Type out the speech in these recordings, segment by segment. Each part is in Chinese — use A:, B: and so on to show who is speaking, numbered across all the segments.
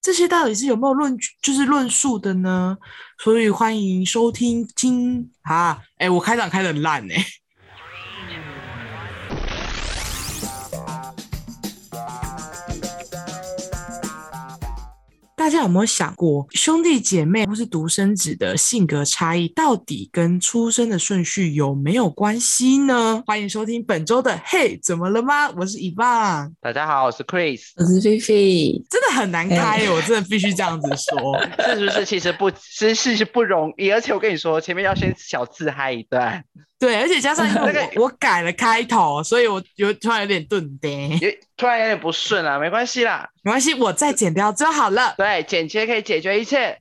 A: 这些到底是有没有论就是论述的呢？所以欢迎收听今啊，哎、我开场开的烂哎、大家有没有想过，兄弟姐妹或是独生子的性格差异，到底跟出生的顺序有没有关系呢？欢迎收听本周的《嘿，怎么了吗？》我是伊爸，
B: 大家好，我是 Chris。
C: 我是菲菲，
A: 真的很难开耶，我真的必须这样子说。
B: 是不是其实不，其实是不容易，而且我跟你说，前面要先小自嗨一段，
A: 对，而且加上因
B: 那
A: 为
B: 个
A: 我我改了开头，所以我有突然有点顿呆。
B: 有突然有点不顺啊啦，没关系啦，
A: 没关系，我再剪掉就好了。
B: 对，剪切可以解决一切。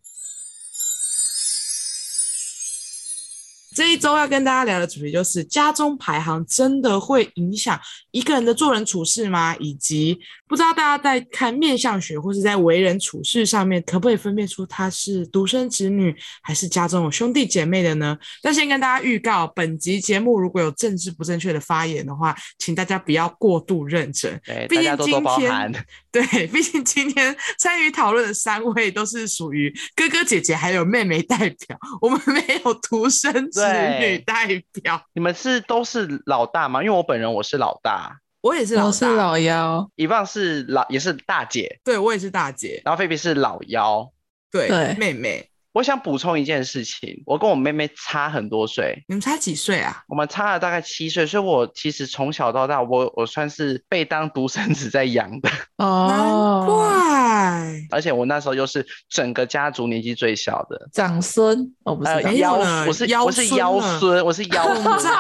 A: 这一周要跟大家聊的主题就是：家中排行真的会影响一个人的做人处事吗？以及不知道大家在看面相学或是在为人处事上面，可不可以分辨出他是独生子女还是家中有兄弟姐妹的呢？那先跟大家预告，本集节目如果有政治不正确的发言的话，请大家不要过度认真。
B: 对，
A: 毕
B: 大
A: 竟
B: 家多多包涵。
A: 对，毕竟今天参与讨论的三位都是属于哥哥姐姐还有妹妹代表，我们没有独生子女
B: 对
A: 代表。
B: 你们是都是老大吗？因为我本人我是老大，
A: 我哦也是老
C: 我
A: 大，
C: 是老幺，
B: 一棒是老也是大姐，
A: 对我也是大姐，
B: 然后菲菲是老幺。
A: 对
C: 对
A: 妹妹。
B: 我想补充一件事情，我跟我妹妹差很多岁，
A: 你们差几岁啊？
B: 我们差了大概七岁，所以我其实从小到大，我我算是被当独生子在养的。
A: 难
C: 哦，
A: 怪，
B: 而且我那时候又是整个家族年纪最小的，
C: 长孙，我不知
B: 呃，
A: 没
C: 道，
A: 有
B: 幺
A: 了，
B: 我是
A: 幺
B: 我是
A: 孙
B: 幺
A: 了
B: 孙，我是幺 孙，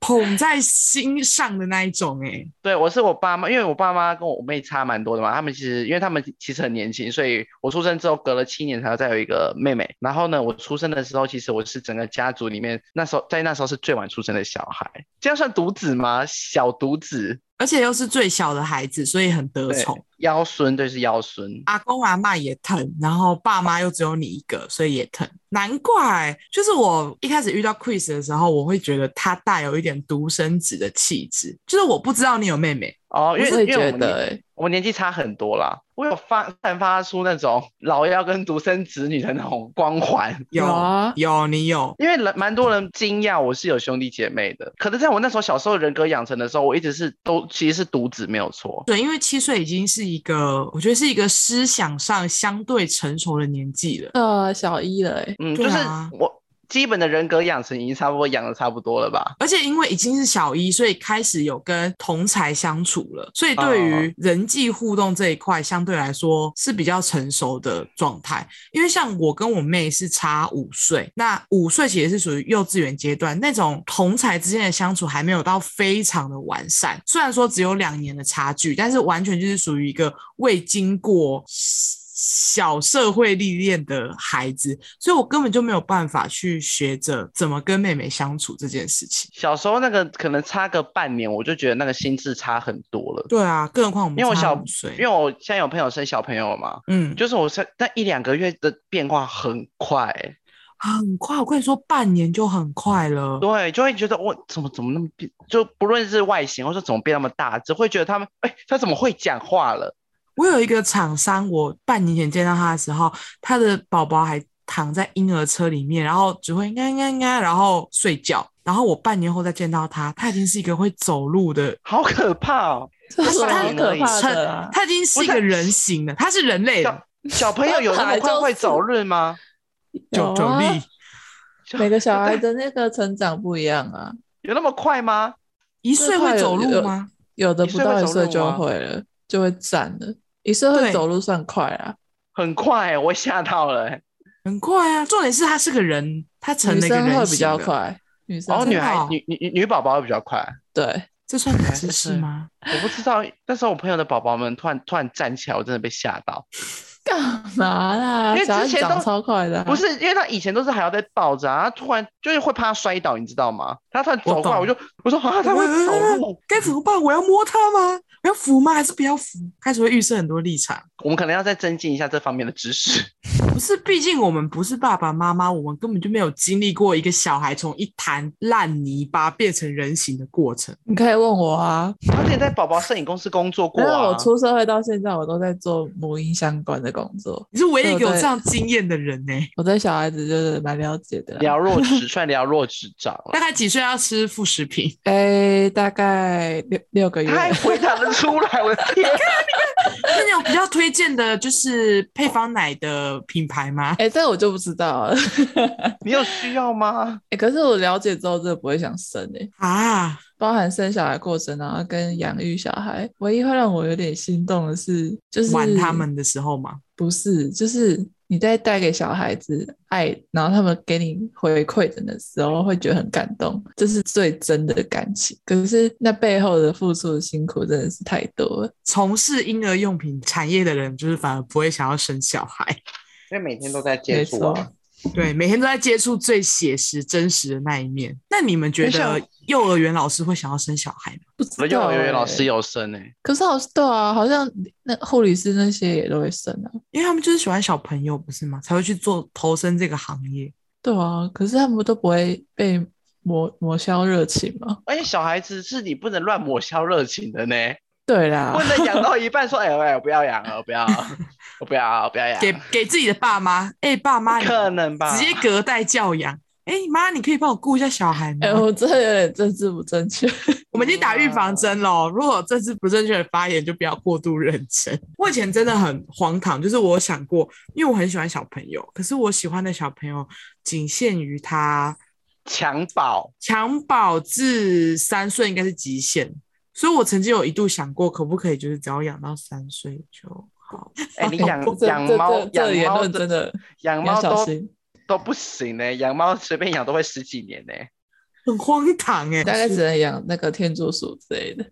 A: 捧在心上的那一种、欸，
B: 对，我是我爸妈，因为我爸妈跟我妹差蛮多的嘛，他们其实因为他们其实很年轻，所以我出生之后隔了七年才再有一个妹妹。然后呢，我出生的时候，其实我是整个家族里面那时候在那时候是最晚出生的小孩，这样算独子吗？小独子，
A: 而且又是最小的孩子，所以很得
B: 对
A: 宠。，
B: 幺孙，对，是幺孙。
A: 阿公阿妈也疼，然后爸妈又只有你一个，所以也疼。难怪，就是我一开始遇到 Chris 的时候，我会觉得他带有一点独生子的气质，就是我不知道你有妹妹，
B: 哦，
C: 我
B: 因为
C: 也
B: 因为
C: 觉
B: 我们年
C: 得，哎，
B: 我们年纪差很多啦，我有发散发出那种老幺跟独生子女的那种光环。
A: 有
C: 啊，
A: 有你有，
B: 因为人蛮多人惊讶我是有兄弟姐妹的，可能在我那时候小时候人格养成的时候，我一直是都其实是独子没有错。
A: 对，因为七岁已经是一个，我觉得是一个思想上相对成熟的年纪了。
C: 呃，小一了，哎，
B: 嗯，
A: 对
B: 就是
A: 啊
B: 我基本的人格养成已经差不多养的差不多了吧？
A: 而且因为已经是小一，所以开始有跟同才相处了，所以对于人际互动这一块，相对来说是比较成熟的状态。因为像我跟我妹是差五岁，那五岁其实是属于幼稚园阶段，那种同才之间的相处还没有到非常的完善。虽然说只有两年的差距，但是完全就是属于一个未经过。小社会历练的孩子，所以我根本就没有办法去学着怎么跟妹妹相处这件事情。
B: 小时候那个可能差个半年，我就觉得那个心智差很多了。
A: 对啊，更何况我们
B: 因为我
A: 差
B: 小
A: 五岁，
B: 因为我现在有朋友生小朋友了嘛，
A: 嗯，
B: 就是我生那一两个月的变化很快、欸
A: 很快。我跟你说，半年就很快了。
B: 对，就会觉得我怎么怎么那么变，就不论是外形或者怎么变那么大，只会觉得他们，哎、他怎么会讲话了？
A: 我有一个厂商，我半年前见到他的时候，他的宝宝还躺在婴儿车里面，然后只会呀呀呀，然后睡觉。然后我半年后再见到他，他已经是一个会走路的，
B: 好可怕哦！
C: 这
A: 是
C: 有
A: 他
C: 好可怕的啊，
A: 他已经是一
B: 不
A: 个
B: 是
A: 人形的，他是人类的
B: 小小朋友有那么快会 走路吗？
C: 有
A: 九
C: 啊，
A: 力，
C: 每个小孩的那个成长不一样啊，
B: 有那么快吗？
A: 一岁会走
C: 有
A: 路
C: 有
A: 吗？
C: 有的
B: 一
C: 不
B: 岁会
C: 到一
B: 走
C: 岁
B: 路
C: 就
B: 吗
C: 会了，就会站了，一岁
A: 对
C: 会走路算快啊，
B: 很快、欸，我吓到了、欸。
A: 很快啊！重点是他是个人，他成
C: 女
A: 了一个
C: 生会
A: 人
C: 比
A: 形
C: 较
A: 了，
C: 快，女
B: 然
C: 生
B: 后
A: 真
B: 女
A: 的
B: 孩、
A: 哦
B: 女女女女宝宝会比较快，
C: 对，
A: 这算冷知
B: 是
A: 识吗？
B: 我不知道。那时候我朋友的宝宝们突然突然站起来，我真的被吓到。
C: 干嘛啦？
B: 因为
C: 小孩
B: 之前
C: 长
B: 都
C: 超快的啊，
B: 不是因为他以前都是还要在抱着啊，他突然就是会怕他摔倒，你知道吗？他突然走过来，
A: 我
B: 我就我说啊，他会
C: 嗯
B: 走路。
A: 该怎么办？我要摸它吗？我要扶吗？还是不要扶？开始会预设很多立场。
B: 我们可能要再增进一下这方面的知识。
A: 不是，毕竟我们不是爸爸妈妈，我们根本就没有经历过一个小孩从一滩烂泥巴变成人形的过程。
C: 你可以问我啊，
B: 他之前在宝宝摄影公司工作过
C: 因为
B: 啊。
C: 我出社会到现在，我都在做母婴相关的工作，
A: 你是唯一一个有
C: 对
A: 这样经验的人呢、
C: 我对小孩子就是蛮了解的啦。
B: 了若指算了若指掌啊了，
A: 大概几岁要吃副食品？
C: 哎，大概六六个月
B: 他，还回答得出来，我的天！
A: 那你有比较推荐的，就是配方奶的品牌吗？
C: 哎，这我就不知道了。
B: 你有需要吗？
C: 哎，可是我了解之后，真的不会想生哎、
A: 啊，
C: 包含生小孩过程，然后跟养育小孩，唯一会让我有点心动的是，就是
A: 玩他们的时候吗？
C: 不是，就是你在带给小孩子爱，然后他们给你回馈的那时候，会觉得很感动，这是最真的感情。可是那背后的付出的辛苦真的是太多了。
A: 从事婴儿用品产业的人，就是反而不会想要生小孩。
B: 因为每天都在
C: 没
B: 接触
C: 错
B: 啊。，
A: 对，每天都在接触最写实、真实的那一面。那你们觉
B: 没
A: 得
B: 事
A: 幼儿园老师会想要生小孩吗？
C: 不
B: 我
C: 知
B: 的幼
C: 道、
B: 儿
C: 欸。
B: 园老师，有生哎、
C: 可是好对啊，好像那护理师那些也都会生啊。
A: 因为他们就是喜欢小朋友，不是吗？才会去做投身这个行业。
C: 对啊，可是他们都不会被磨磨消热情嘛。
B: 而且小孩子是你不能乱抹消热情的呢，
C: 对啦
B: 不，能养到一半说 哎哎，我不要养了，我不 要，我不要，我不要养，
A: 给给自己的爸妈，哎、爸妈，你
B: 啊可能吧？
A: 直接隔代教养。哎、妈，你可以帮我顾一下小孩吗？
C: 哎、我真的有点政治不正确。
A: 我们已经打预防针喽。如果这次不正确的发言，就不要过度认真。 我以前真的很荒唐，就是我想过，因为我很喜欢小朋友，可是我喜欢的小朋友仅限于他
B: 强暴，
A: 襁褓至三岁应该是极限，所以我曾经有一度想过，可不可以就是只要养到三岁就好。
B: 哎、你养
C: 这
B: 养
C: 这
B: 猫
C: 这，这个
B: 养
C: 言
B: 猫
C: 论真的
B: 养
C: 你要
B: 猫
C: 小
B: 都
C: 心。
B: 都不行呢、养猫随便养都会十几年呢、
A: 很荒唐哎、
C: 大概只能养那个天竺鼠之类的。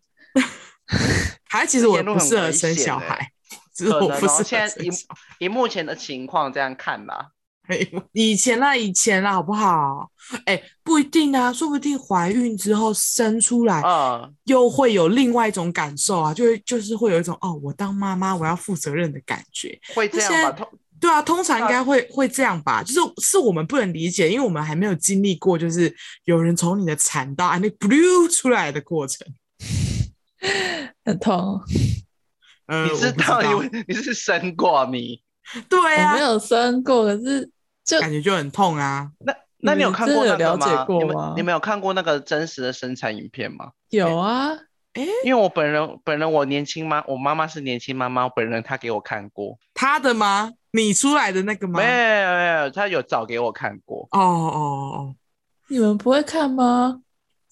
A: 还是其实我不适合生小孩， 只是
B: 欸可
A: 我
B: 能
A: 不
B: 哦
A: 适合
B: 现在
A: 生小
B: 以目前的情况这样看啦，
A: 孩。以前啦，以前啦，好不好？哎、不一定啊，说不定怀孕之后生出
C: 哎
A: 来
B: 嗯，
A: 又会有另外一种感受啊，就会就是会有一种哦，我当妈妈我要负责任的感觉。
B: 会这
A: 那现在
B: 样吧？通
A: 对啊，通常应该会会这样吧，就是是我们不能理解，因为我们还没有经历过，就是有人从你的产道啊那 blue 出来的过程。
C: 很痛哦，
A: 呃，
B: 你知
A: 我
B: 道
A: 不
B: 你为你是生过你，
A: 对
C: 我没
A: 啊，
C: 有生过，可是就
A: 感觉就很痛啊。
B: 那你有
C: 们
B: 看
C: 真
B: 过
C: 的
B: 那个
C: 有了
B: 吗？
C: 解过
B: 你们
C: 吗
B: 你们有看过那个真实的生产影片吗？
C: 有啊，
B: 因为我本人本人我年轻妈，我妈妈是年轻妈妈，我本人她给我看过，
A: 他的吗？你出来的那个吗？
B: 没有没有，她有找给我看过。
A: 哦哦哦，
C: 你们不会看吗？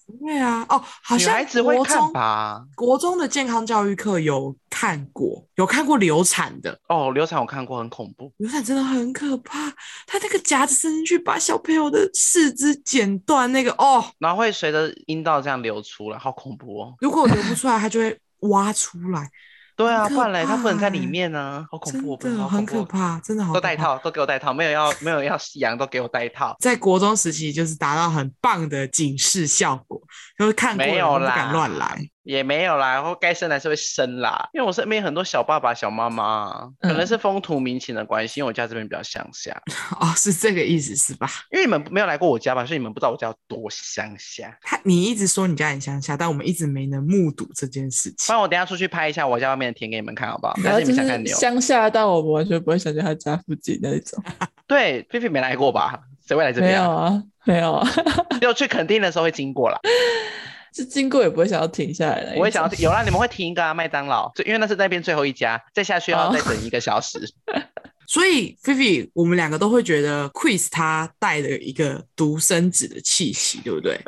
A: 不会啊，哦，好
B: 女
A: 像
B: 孩子会
A: 国
B: 看
A: 中
B: 吧？
A: 国中的健康教育课有看过，有看过流产的，
B: 哦，流产我看过，很恐怖。
A: 流产真的很可怕，他那个夹子伸进去把小朋友的四肢剪断，那个哦。
B: 然后会随着阴道这样流出来，好恐怖哦！
A: 如果流不出来，它就会挖出来，
B: 对啊，
A: 很可
B: 不然嘞，它不能在里
A: 怕
B: 面呢、好 恐
A: 真
B: 怖，我不知
A: 的
B: 道
A: 很
B: 恐
A: 可
B: 怖。哦
A: 怕，真的好
B: 都
A: 可
B: 带
A: 怕。
B: 套，都给我带套，没有要没有要吸阳，都给我带套。
A: 在国中时期就是达到很棒的警示效果，就是看过
B: 没
A: 人
B: 有
A: 都不敢
B: 啦
A: 乱来。
B: 也没有啦，然后该生还是会生啦，因为我身边很多小爸爸、小妈妈，可能
C: 嗯
B: 是风土民情的关系，因为我家这边比较乡下，
A: 哦，是这个意思是吧？
B: 因为你们没有来过我家吧，所以你们不知道我家有多乡下。
A: 他你一直说你家很乡下，但我们一直没能目睹这件事
B: 不
A: 情。
B: 然我等一下出去拍一下我家外面的田给你们看，好不好？
C: 然
B: 但
C: 后
B: 是你哦
C: 就
B: 们想看
C: 是
B: 牛？
C: 乡下到我们完全不会想去他家附近那一种，
B: 对，菲菲没来过吧？谁会来这
C: 没
B: 边、
C: 有
B: 啊？
C: 啊，没有啊，
B: 只有去垦丁的时候会经过啦。
C: 就经过也不会想要停下来的那一种。
B: 我会想要有啦，你们会停一个啊，麦当劳，就因为那是那边最后一家，再下去要
C: 哦
B: 再等一个小时。
A: 所以菲菲，我们两个都会觉得 Chris 他带了一个独生子的气息，对不对？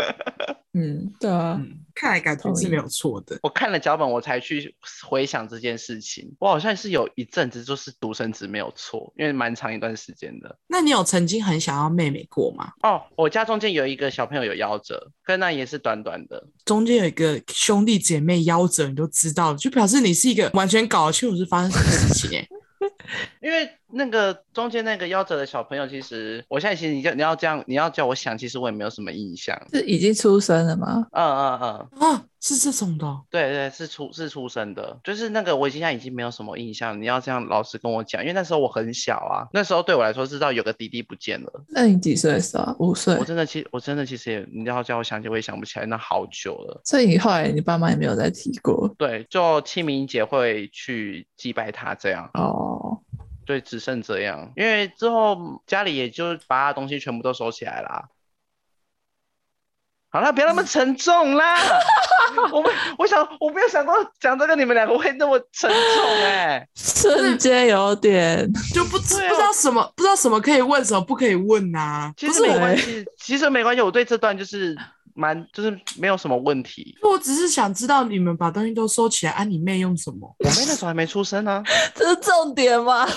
C: 嗯，对啊，
A: 嗯，看来感觉
C: 同
A: 是
C: 意
A: 没有错的。
B: 我看了脚本，我才去回想这件事情。我好像是有一阵子就是独生子没有错，因为蛮长一段时间的。
A: 那你有曾经很想要妹妹过吗？
B: 哦，我家中间有一个小朋友有夭折，跟那也是短短的。
A: 中间有一个兄弟姐妹夭折，你就知道了，就表示你是一个完全搞得清楚是发生什么事情哎、
B: 因为那个中间那个夭折的小朋友，其实我现在其实你叫你要这样，你要叫我想，其实我也没有什么印象。
C: 是已经出生了吗？
B: 嗯嗯嗯，
A: 啊，是这种的哦、
B: 对对，是出是出生的，就是那个我现在已经没有什么印象。你要这样老实跟我讲，因为那时候我很小啊，那时候对我来说知道有个弟弟不见了，
C: 那你几岁的时候啊？五岁
B: 我。真的其我真的其实也你要叫我想起我也想不起来，那好久了。
C: 所以你后来你爸妈也没有再提过
B: 对，就清明节会去祭拜他这样，
C: 哦。
B: 对，只剩这样，因为之后家里也就把他的东西全部都收起来啦。好啦，不要那么沉 重啦。我们我想我没有想过讲这个，你们两个会那么沉重哎、
C: 瞬间有点，
A: 就不知、
B: 对啊
A: 不知道什么，不知道什么可以问，什么不可以问呐、啊。
B: 其
A: 不
B: 实
A: 是
B: 没
A: 我，
B: 关系，其实没关系，我对这段就是蛮就是没有什么问题。
A: 我只是想知道你们把东西都收起来，啊，你妹用什么？
B: 我妹那时候还没出生啊呢、
C: 这是重点吗？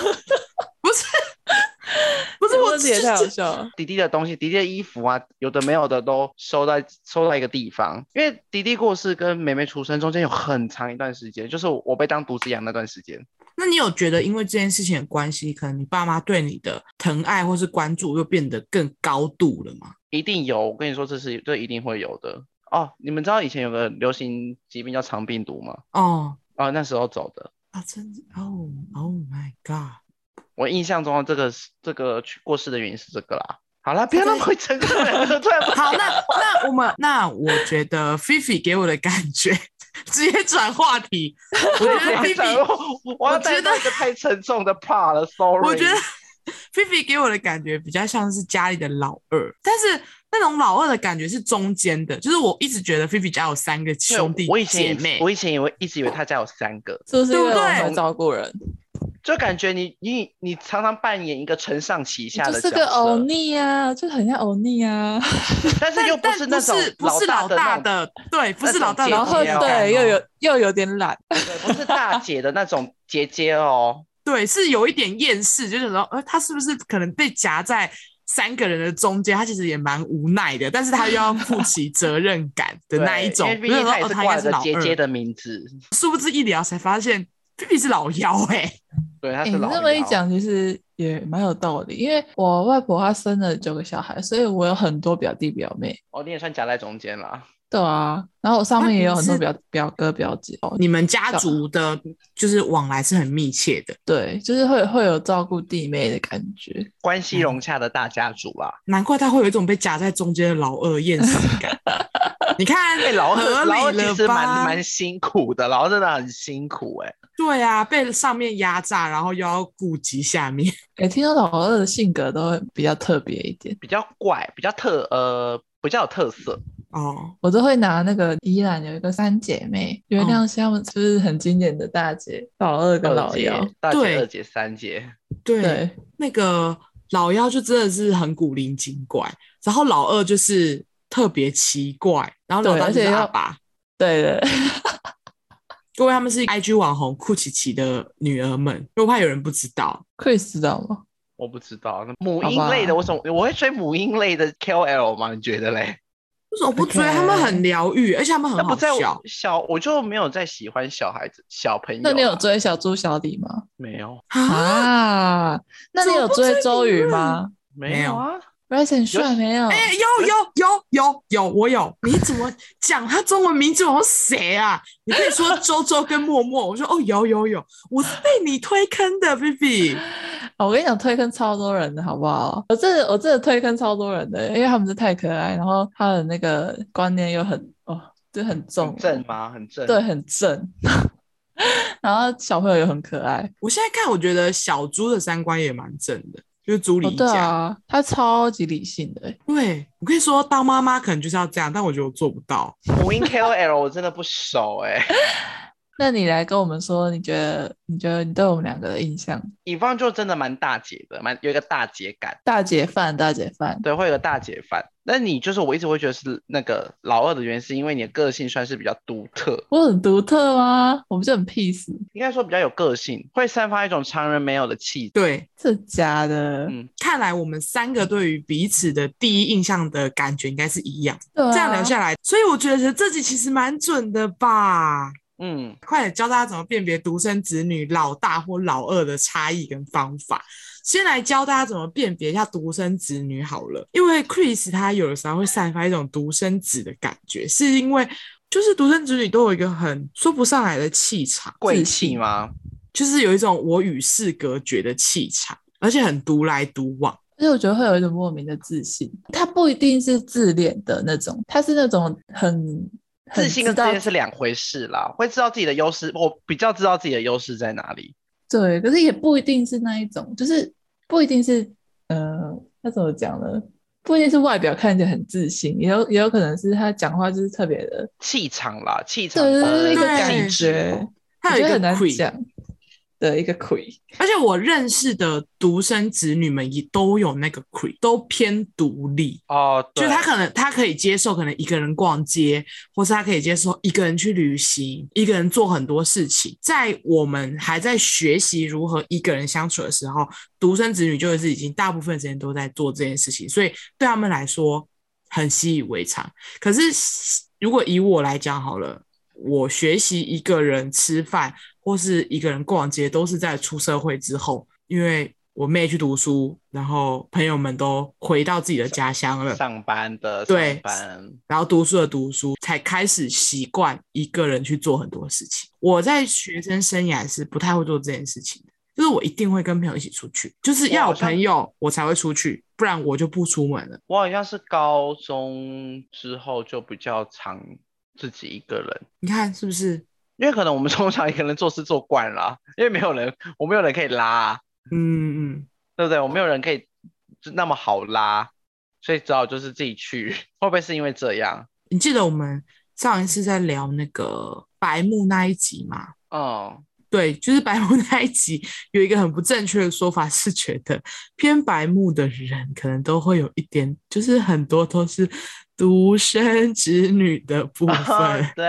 A: 不是
C: 这
A: 我
C: 问题也
A: 只
C: 太好
A: 是
C: 笑了。
B: 弟弟的东西，弟弟的衣服啊，有的没有的都收在收到一个地方。因为弟弟过世跟妹妹出生中间有很长一段时间，就是我被当独子养那段时间。
A: 那你有觉得因为这件事情的关系，可能你爸妈对你的疼爱或是关注又变得更高度了吗？
B: 一定有，我跟你说，这是这一定会有的哦。你们知道以前有个流行疾病叫肠病毒吗？
A: 哦
B: 哦，那时候走的。
A: 啊，真的哦，Oh my god！
B: 我印象中这个是这个去过世的原因是这个啦。好啦，不要那么沉重了，突然不
A: 好，那那我们那我觉得菲菲给我的感觉，直接转话题。我觉得菲菲
B: 你讲，我我要带到一个太沉重的 part 了，sorry。
A: 我觉得菲菲给我的感觉比较像是家里的老二，但是那种老二的感觉是中间的，就是我一直觉得菲菲家有三个
B: 对
A: 兄弟
B: 我以前
A: 姐妹，
B: 也我以前以为一直以为他家有三个，
C: 是不是因为
A: 对不
C: 我
A: 对
C: 会照顾人？
B: 就感觉你你你常常扮演一个承上启
C: 你
B: 下
C: 就
B: 的
C: 是
B: 角
C: 个欧
B: 色，
C: 尼啊，就很像欧尼啊。
B: 但是又
A: 哦但但
B: 是
A: 不
B: 那种
A: 是不是
B: 老
A: 老
B: 大
A: 大
B: 的
A: 的，对，不是
B: 那种
A: 老大的
B: 姐
A: 那
C: 然
A: 种
C: 后
A: 感
B: 姐
A: 哦，
B: 啊
C: 对，又有又有点懒，
B: 那种，对不是大姐的那种姐姐哦。
A: 对，是有一点厌世，就是说，呃，他是不是可能被夹在三个人的中间？他其实也蛮无奈的，但是他又要 负起责任感 的那一
B: 对
A: 种
B: 因为。
A: 比
B: 毕
A: 如
B: 竟
A: 说，
B: 他也
A: 哦，他应该
B: 是挂了
A: 是
B: 个
A: 老
B: 姐姐
A: 二，
B: 的名字，
A: 殊不知一聊才发现，皮皮是老幺哎、
B: 对，他
C: 哎，
B: 是
C: 你
B: 老
C: 这么一
B: 幺，
C: 讲，其实也蛮有道理。因为我外婆她生了九个小孩，所以我有很多表弟表妹。
B: 哦，你也算夹在中间啦。
C: 对啊，然后我上面也有很多
A: 那你
C: 表表哥表姐哦。
A: 你们家族
B: 啊
A: 的就是往来是很密切的，
C: 对，就是会会有照顾弟妹的感觉。
B: 关
A: 嗯
B: 系融洽的大家族啦。
A: 难怪他会有一种被夹在中间的老二厌世 感。你看，
B: 哎、老
A: 合
B: 二老二
A: 理
B: 其
A: 了
B: 实蛮
A: 吧？
B: 蛮辛苦的，老二真的很辛苦哎、
A: 对啊，被上面压榨，然后又要顾及下面。
C: 哎，听说老二的性格都会比较特别一点，
B: 比较怪，比较特呃比较有特色。
A: 哦，
C: 我都会拿那个依兰有一个三姐妹，原
A: 嗯
C: 谅是她们就是很经典的大姐、老哦二跟
B: 二
C: 老
B: 姐
C: 幺。、
B: 大姐、
A: 对
B: 二姐、三姐，
A: 对，
C: 对，
A: 那个老幺就真的是很古灵精怪，然后老二就是特别奇怪，然后老
C: 对
A: 大
C: 而
A: 就
C: 且
A: 是阿
C: 要
A: 爸。
C: 对的，
A: 各位，他们是 IG 网红酷奇奇的女儿们，因为我怕有人不知道。
C: Chris 知道吗？
B: 我不知道那母
C: 好
B: 婴类的，
C: 吧
B: 我总我会追母婴类的 KOL 吗？你觉得嘞？
A: 为什么不追？他们很疗愈，而且他们
B: 那
A: 很
B: 不
A: 好
B: 在我
A: 笑。
B: 小，我就没有在喜欢小孩子、小朋友啊、
C: 那你有追小猪小李吗？
B: 没有？
A: 啊，
C: 啊，那你有追周瑜吗
B: 没有啊？
C: ？Rise and Shine 没有？
A: 哎、有有有有有，我有。你怎么讲他中文名字？我说谁啊？你可以说周周跟默默。我说哦，有有有，我是被你推坑的，B B。
C: 哦我跟你讲，推坑超多人的好不好？我真的我真的推坑超多人的，因为他们是太可爱，然后他的那个观念又很哦，就很重
B: 很，正吗？很正。
C: 对，，很正。 然后小朋友也很可爱，
A: 我现在看，我觉得小猪的三观也蛮正的，就是猪
C: 哦
A: 理
C: 对
A: 家。
C: 啊，他超级理性的欸，
A: 对，我跟你说，当妈妈可能就是要这样，但我觉得我做不到。
B: 母婴 KOL 我真的不熟哎、
C: 那你来跟我们说，你觉得你觉得你对我们两个的印象？
B: 以方就真的蛮大姐的，蛮有一个大姐感，
C: 大姐范，大姐范，
B: 对，会有个大姐范。那你就是我一直会觉得是那个老二的原因，是因为你的个性算是比较独特，
C: 我很独特吗？我不是很 peace，
B: 应该说比较有个性，会散发一种常人没有的气质。
A: 对，
C: 这假的，
B: 嗯
A: 看来我们三个对于彼此的第一印象的感觉应该是一样。
C: 对啊
A: 这样聊下来，所以我觉得这集其实蛮准的吧？
B: 嗯，
A: 快点教大家怎么辨别独生子女老大或老二的差异跟方法。先来教大家怎么辨别一下独生子女好了，因为 Chris 他有的时候会散发一种独生子的感觉，是因为就是独生子女都有一个很说不上来的气场，
B: 贵
A: 自信
B: 气吗？
A: 就是有一种我与世隔绝的气场，而且很独来独往。
C: 而且我觉得会有一种莫名的自信，他不一定是自恋的那种，他是那种很很
B: 自信
C: 知
B: 跟自
C: 道
B: 恋是两回事啦，会知道自己的优势，我比较知道自己的优势在哪里。
C: 对，可是也不一定是那一种，就是不一定是呃，那怎么讲呢？不一定是外表看起来很自信，也有也有可能是他讲话就是特别的，
B: 气场啦，气场
C: 对对
B: 跟
C: 对，一个
B: 气
C: 感
B: 质
C: 觉，
A: 他
C: 我
A: 有
C: 觉
A: 一
C: 得
A: 个
C: 很难
A: queen
C: 讲的一个 queen。
A: 而且我认识的独生子女们也都有那个 creep，都偏独立。
B: 哦，
A: 就
B: 对
A: 是他可能他可以接受可能一个人逛街，或是他可以接受一个人去旅行，一个人做很多事情。在我们还在学习如何一个人相处的时候，独生子女就是已经大部分时间都在做这件事情，所以对他们来说很习以为常。可是如果以我来讲好了，我学习一个人吃饭或是一个人逛街，都是在出社会之后，因为。我妹去读书，然后朋友们都回到自己的家乡了，
B: 上班的
A: 对
B: 上班，
A: 然后读书的读书，才开始习惯一个人去做很多事情。我在学生生涯是不太会做这件事情的，就是我一定会跟朋友一起出去，就是要有
B: 我好像
A: 朋友我才会出去，不然我就不出门了。
B: 我好像是高中之后就比较常自己一个人，
A: 你看是不是？
B: 因为可能我们 从小一个人做事做惯了，因为没有人，我没有人可以拉啊，
A: 嗯嗯，
B: 对不对？我没有人可以就那么好拉，所以只好就是自己去。 会不会是因为这样？
A: 你记得我们上一次在聊那个白木那一集吗？
B: 嗯，
A: 对，就是白目那一集有一个很不正确的说法，是觉得偏白目的人可能都会有一点，就是很多都是独生子女的部
B: 啊
A: 分。
B: 对，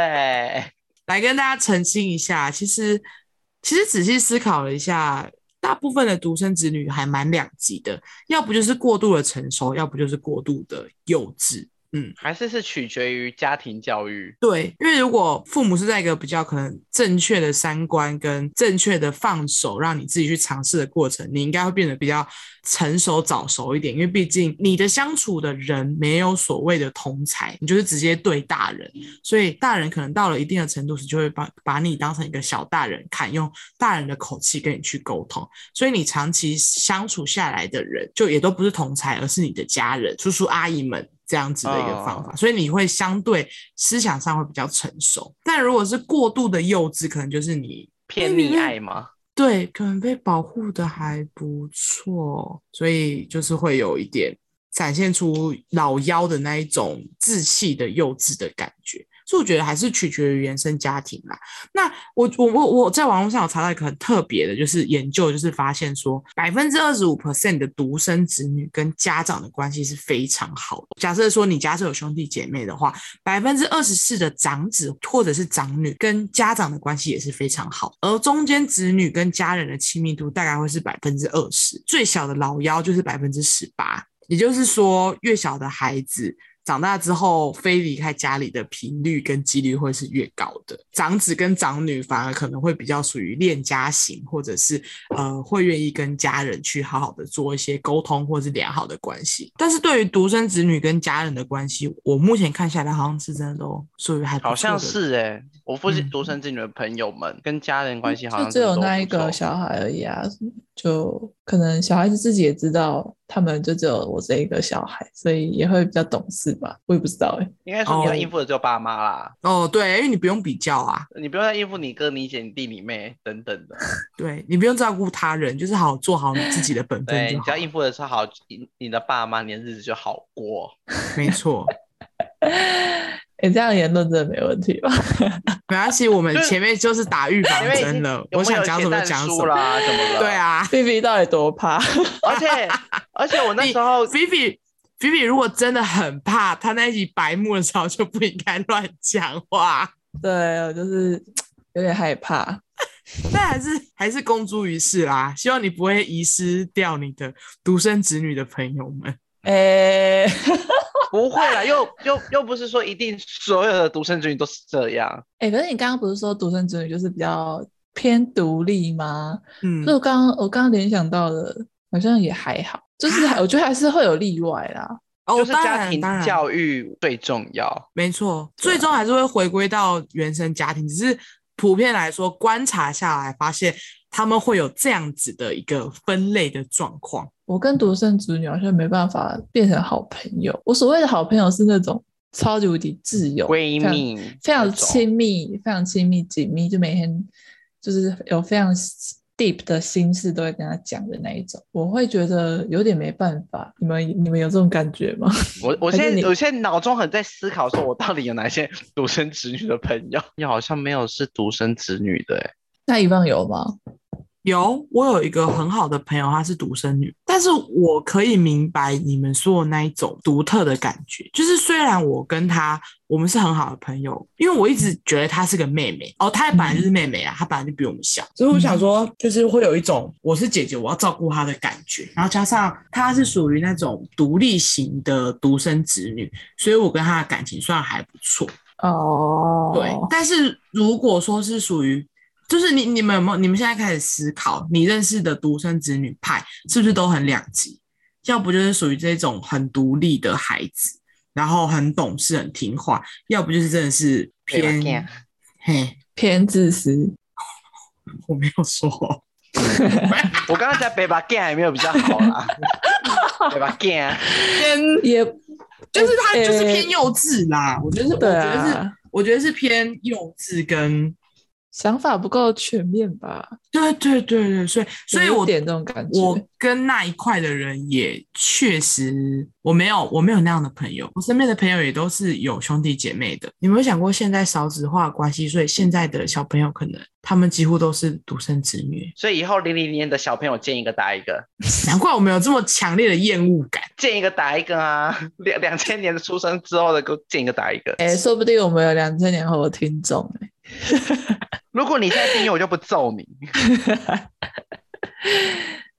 A: 来跟大家澄清一下，其实其实仔细思考了一下，大部分的独生子女还蛮两极的，要不就是过度的成熟，要不就是过度的幼稚。嗯，
B: 还是是取决于家庭教育。
A: 对，因为如果父母是在一个比较可能正确的三观跟正确的放手，让你自己去尝试的过程，你应该会变得比较成熟早熟一点。因为毕竟你的相处的人没有所谓的同才，你就是直接对大人，所以大人可能到了一定的程度时，就会把把你当成一个小大人看，用大人的口气跟你去沟通。所以你长期相处下来的人，就也都不是同才，而是你的家人、叔叔阿姨们这样子的一个方法。所以你会相对思想上会比较成熟。但如果是过度的幼稚，可能就是你
B: 偏
A: 对你
B: 溺
A: 那
B: 爱吗？
A: 对可能被保护的还不错，所以就是会有一点展现出老妖的那一种稚气的幼稚的感觉。所以我觉得还是取决于原生家庭啦。那我我我我在网络上有查到一个很特别的，就是研究，就是发现说百分之二十五 percent 的独生子女跟家长的关系是非常好的。假设说你家是有兄弟姐妹的话，百分之二十四的长子或者是长女跟家长的关系也是非常好，而中间子女跟家人的亲密度大概会是百分之二十，最小的老幺就是百分之十八。也就是说，越小的孩子长大之后非离开家里的频率跟几率会是越高的。长子跟长女反而可能会比较属于恋家型，或者是呃会愿意跟家人去好好的做一些沟通，或是良好的关系。但是对于独生子女跟家人的关系，我目前看下来好像是真的都属于还不错
B: 好像
A: 的
B: 是哎、我父亲
A: 嗯
B: 独生子女的朋友们跟家人关系好像
C: 就只有
B: 真的都
C: 那
B: 不
C: 一个
B: 错
C: 小孩而已啊，就可能小孩子自己也知道，他们就只有我这一个小孩，所以也会比较懂事吧。我也不知道哎、
B: 应该说你要
A: 哦
B: 应付的只有爸妈啦，
A: 哦，对，因为你不用比较啊，
B: 你不用再应付你哥、你姐、你弟、你妹等等 的。
A: 对你不用照顾他人，就是好好做好你自己的本分
B: 对，
A: 就
B: 你只
A: 好
B: 要。应付的是好，你你的爸妈，你的日子就好过。
A: 没错。
C: 欸，哎，这样言论真的没问题吧？
A: 没关系，我们
B: 就是
A: 前面就是打预防
B: 因为已
A: 针
B: 经
A: 了，
B: 有
A: 我
B: 没有
A: 想讲
B: 铁
A: 什么
B: 蛋
A: 就讲什
B: 叔
A: 么。
B: 啦，怎么 了？
A: 对，啊
C: ，B B 到底多怕？
B: 而且而且我那
A: 你
B: 时候
A: 菲菲菲菲如果真的很怕，他那一集白目的时候就不应该 乱讲话，
C: 对我就是有点害怕。
A: 但还是还是公诸于世啦。希望你不 会遗失掉你的独生子女的朋友们。
C: 哎、
B: 不会啦，又又又不是说一定所有的独生子女都是这样。
C: 哎、可是你刚刚不是说独生子女就是比较偏独立吗？
A: 嗯
C: 所以，我刚刚我刚刚联想到的，好像也还好，就是还我觉得还是会有例外啦。
A: 哦，
B: 就是
A: 当
B: 家
A: 然
B: 庭
A: 当然
B: 教育最重要。
A: 没错，
C: 对啊
A: 最终还是会回归到原生家庭，只是普遍来说，观察下来发现他们会有这样子的一个分类的状况。
C: 我跟独生子女好像没办法变成好朋友。我所谓的好朋友是那种超级无敌挚友、
B: 闺
C: 非常
B: 蜜
C: 非
B: 那
C: 常
B: 种
C: 亲密、非常亲密、紧密，就每天就是有非常 deep 的心事都会跟他讲的那一种。我会觉得有点没办法。你们你们有这种感觉吗？
B: 我我
C: 还是
B: 现
C: 你
B: 在我现在脑中很在思考，说我到底有哪些 独生子女的朋友？你好像没有是独生子女的、欸，
C: 那一棒有吗？
A: 有，我有一个很好的朋友，她是独生女，但是我可以明白你们说的那一种独特的感觉，就是虽然我跟她我们是很好的朋友，因为我一直觉得她是个妹妹，哦，她本来就是妹妹啊，她本来就比我们小，所以我想说，就是会有一种我是姐姐，我要照顾她的感觉，然后加上她是属于那种独立型的独生子女，所以我跟她的感情算还不错。
C: 哦，
A: 对，但是如果说是属于，就是你你们有没有？你们现在开始思考，你认识的独生子女派是不是都很两极？要不就是属于这种很独立的孩子，然后很懂事、很听话；要不就是真的是
B: 对吧这
A: 偏
B: 样
A: 嘿，
C: 偏自私。
A: 我没有说，
B: 我刚刚在北巴 g a 还没有比较好 啦，北巴 g a
A: 偏
C: 也
A: 就是他就是
C: 呃
A: 偏幼稚啦。我觉得是，我
C: 对
A: 觉得是，
C: 啊，
A: 我觉得是偏幼稚跟
C: 想法不够全面吧，
A: 对对对对，所以所以
C: 有一
A: 我
C: 点这种感觉。
A: 我跟那一块的人也确实，我没有我没有那样的朋友，我身边的朋友也都是有兄弟姐妹的。你有没有想过，现在少子化的关系，所以现在的小朋友可能他们几乎都是独生子女，
B: 所以以后零零年的小朋友见一个打一个，
A: 难怪我们有这么强烈的厌恶感。
B: 见一个打一个啊！两两千年的出生之后的，给我见一个打一个。
C: 哎、说不定我们有两千年后的听众、欸。
B: 如果你现在订阅，我就不揍你。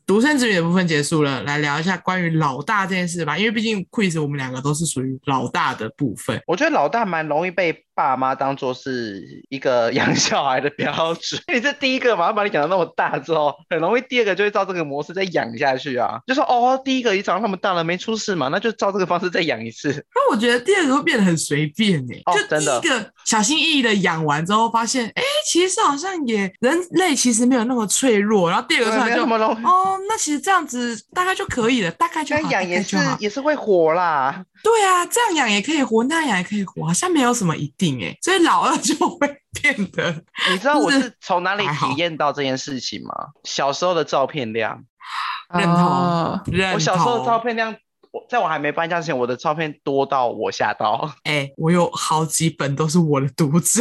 A: 独生子女的部分结束了，来聊一下关于老大这件事吧，因为毕竟 quiz 我们两个都是属于老大的部分。
B: 我觉得老大蛮容易被爸妈当做是一个 养小孩的标准。 你这第一个嘛，把你养到那么大之后，很容易第二个就会照这个模式再养下去啊。就说哦，第一个你长到那么大了没出事嘛，那就照这个方式再养一 次。
A: 那我觉得第二个会变得很随便呢、
B: 哦
A: 就
B: 真
A: 第
B: 的
A: 一个小心翼翼的养完之后，发现哎、诶其实好像也人类其实没有那么脆弱。然后第二个突
B: 没
A: 然啊
B: 有
A: 就
B: 那么容易。
A: 哦，那其实这样子大概就可以了，大 概就
B: 那
A: 好，大
B: 养也
A: 概
B: 是
A: 就好。
B: 也是会火啦，
A: 对啊，这样养也可以活，那样养也可以活，好像没有什么一定哎、所以老二就会变得
B: 你知道我
A: 就是
B: 是从哪里
A: 还好
B: 体验到这件事情吗？小时候的照片量，
A: 认同
C: 哦
A: 认
B: 我小时候的
A: 同
B: 照片量，我在我还没搬家之前，我的照片多到我吓到。
A: 哎、我有好几本都是我的独照。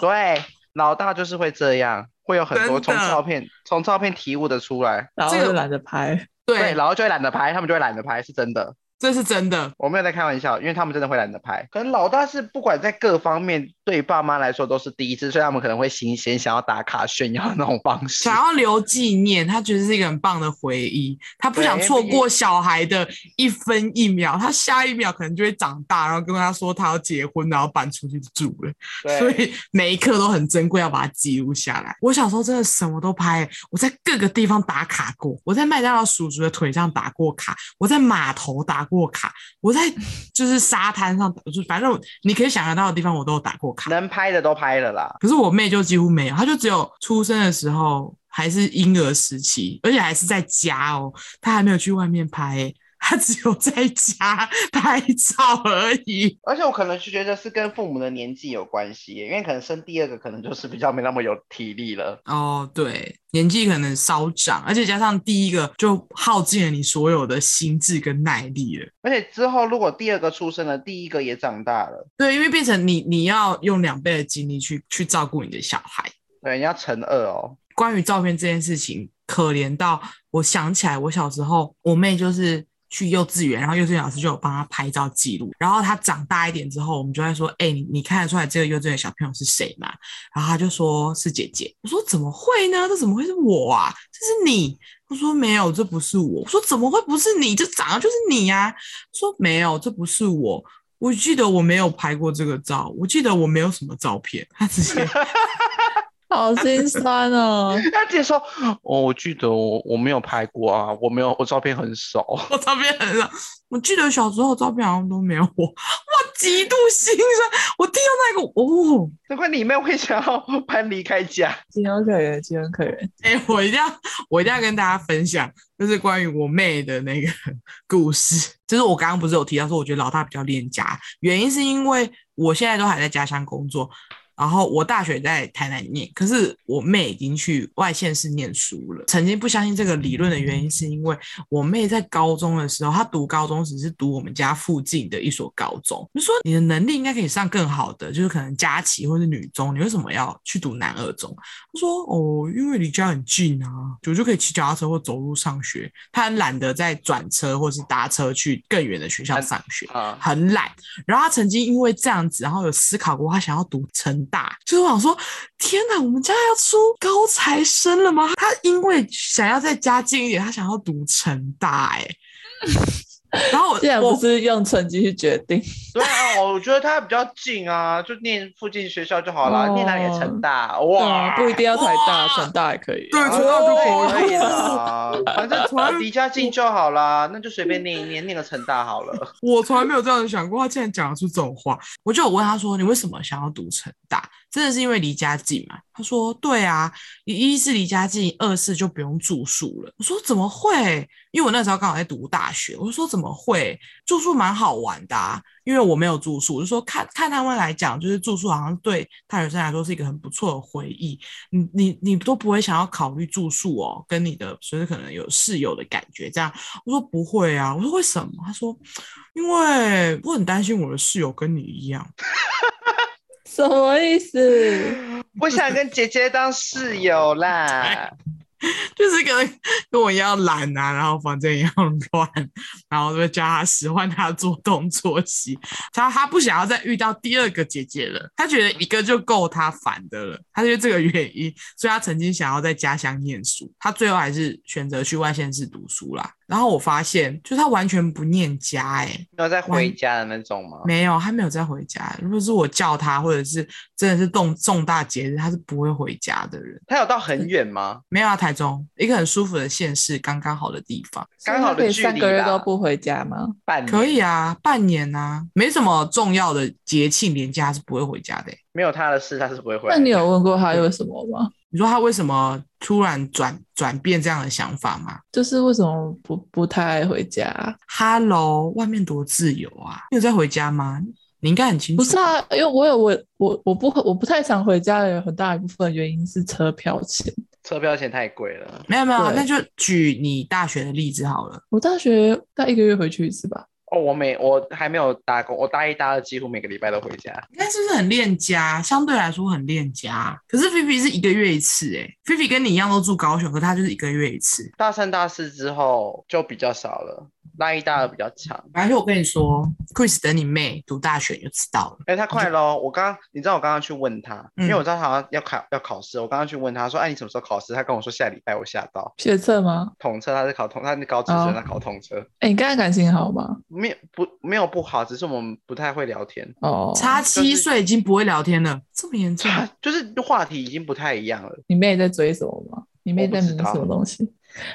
B: 对，老大就是会这样，会有很多
A: 真
B: 从
A: 的
B: 照片从照片体悟的出来。
C: 然后
A: 这个
C: 就懒得拍。
A: 对
B: 对，，然后就会懒得拍，他们就会懒得拍，是真的，
A: 这是真的。
B: 我没有在开玩笑，因为他们真的会懒得拍。可能老大是不管在各方面，对爸妈来说都是第一次，所以他们可能会新鲜，想要打卡炫耀的那种方式
A: 想。要留纪念，他觉得是一个很棒的回忆，他不想错过小孩的一分一秒，他下一秒可能就会长大，然后跟他说他要结婚，然后搬出去住了，所
B: 对，
A: 以每一刻都很珍贵，要把它记录下来。我小时候真的什么都拍，我在各个地方打卡过，我在麦当劳叔叔的腿上打过卡，我在码头打过卡，我在就是沙滩上打，就反正你可以想得到的地方我都有打过卡。
B: 能拍的都拍了啦。
A: 可是我妹就几乎没有，她就只有出生的时候还是婴儿时期，而且还是在家哦，她还没有去外面拍、欸，她只有在家 拍照而已。
B: 而且我可能是觉得是跟父母的年纪有关系耶，因为可能生第二个可能就是比较没那么有体力了。
A: 哦，对，年纪可能稍长，而且加上第一个就耗尽了你所有的心智跟耐力了。
B: 而且之后如果第二个出生了，第一个也长大了，
A: 对，因为变成你你要用两倍的精力去去照顾你的小孩。
B: 对，你要乘二哦。
A: 关于照片这件事情，可怜到我想起来，我小时候我妹就是去幼稚园，然后幼稚园老师就有帮她拍照记录。然后她长大一点之后，我们就在说：“哎、你你看得出来这个幼稚园小朋友是谁吗？”然后她就说是姐姐。我说：“怎么会呢？这怎么会是我啊？这是你。”他说没有，这不是我。我说怎么会不是你？这长得就是你呀、啊。说没有，这不是我。我记得我没有拍过这个照，我记得我没有什么照片。他直接
C: 好心酸 哦。
B: 他直接说：“哦，我记得我我没有拍过啊，我没有，我照片很少。
A: 我照片很少，我记得小时候照片好像都没有我。我极度心酸，我听到那个哦，
B: 难怪你妹会想要搬离开家。
C: 情有可原，情有可原。
A: 哎、我一定要，我一定要跟大家分享，就是关于我妹的那个 故事。就是我刚刚不是有提到说，我觉得老大比较恋家，原因是因为我现在都还在家乡工作，然后我大学在台南念，可是我妹已经去外县市念书了。曾经不相信这个理论的原因，是因为我妹在高中的时候，她读高中只是读我们家附近的一所高中。就说你的能力应该可以上更好的，就是可能佳琪或是女中，你为什么要去读南二中？她说哦，因为离家很近啊，我就可以骑脚踏车或走路上学。她很懒得再转车或是搭车去更远的学校上学。
B: 啊，
A: 很懒。然后他曾经因为这样子，然后有思考过他想要读成大，就是我想说，天哪，我们家要出高材生了吗？他因为想要再加近一点，他想要读成大、 欸，哎，然后我
C: 既然
A: 我
C: 啊不是用成绩去决定，
B: 对啊，我觉得他比较近啊，就念附近学校就好了，
C: 哦
B: 念哪里成大
C: 对
B: 哇，
C: 啊，不一定要台大，
A: 哇
C: 成大也可以啊。
A: 对
B: 啊。
A: 成大就好了
B: 可以了，啊反正离家近就好啦，那就随便念一念，念个成大好 了。
A: 我从来没有这样想过，他竟然讲得出这种话。我就有问他说：“你为什么想要读成大？真的是因为离家近嘛？”他说：“对啊，一是离家近，二是就不用住宿了。”我说：“怎么会？因为我那时候刚好在读大学。”我就说：“怎么会？住宿蛮好玩的、啊，因为我没有住宿。”我就说看看他们来讲，就是住宿好像对大学生来说是一个很不错的回忆。你你你都不会想要考虑住宿哦，跟你的就是可能有室友的感觉这样。我说不会啊，我说为什么？他说因为我很担心我的室友跟你一样。
C: 什么意思？
B: 我想跟姐姐当室友啦，
A: 就是可能跟我一样懒啊，然后房间一样乱，然后就教他使唤他做东做西。他他不想要再遇到第二个姐姐了，他觉得一个就够他烦的了，他就这个原因，所以他曾经想要在家乡念书，他最后还是选择去外县市读书啦。然后我发现，就他完全不念家、欸，哎，
B: 没有再回家的那种吗？
A: 没有，他没有再回家。如果是我叫他，或者是真的是重重大节日，他是不会回家的人。
B: 他有到很远吗？
A: 没有啊，台中一个很舒服的县市，刚刚好的地方，
B: 刚好
C: 所以他可
B: 的
C: 以
B: 距离啦
C: 三个月都不回家吗？
B: 半年
A: 可以，啊，半年啊，没什么重要的节庆连假他是不会回家的欸、
B: 没有他的事他是不会回来
C: 那
B: 的。
C: 你有问过他为什么吗？
A: 你说他为什么突然转转变这样的想法吗
C: 就是为什么不不太爱回家啊？
A: ？Hello，外面多自由啊！你有在回家吗？你应该很清楚。
C: 不是，啊，因为我有我我我不我不太想回家的很大一部分原因是车票钱。
B: 车票钱太贵了。
A: 没有没有，
C: 对
A: 那就举你大学的例子好了。
C: 我大学大概一个月回去一次吧，
B: 哦，我每我还没有打工，我大一、大二几乎每个礼拜都回家。
A: 你看是不是很恋家？相对来说很恋家。可是菲菲是一个月一次、欸，哎，菲菲跟你一样都住高雄，可她就是一个月一次。
B: 大三、大四之后就比较少了，大一、大二比较长。
A: 反正我跟你说，Chris 等你妹读大学你就知道了。
B: 哎、他快喽！我刚，你知道我刚刚去问他，
A: 嗯
B: 因为我知道他好像要考要考试，我刚刚去问他说：“哎、你什么时候考试？”他跟我说下礼拜，我吓到。
C: 学测吗？
B: 统测他是考统，他是高职生，
C: 哦
B: 他考统测，
C: 哎、你跟他感情好吗？
B: 没有不没有不好，只是我们不太会聊天，
C: 哦，
A: 差七岁已经不会聊天了，这么严重？ 啊
B: 就是话题已经不太一样了。
C: 你妹在追什么吗？你妹在迷什么东西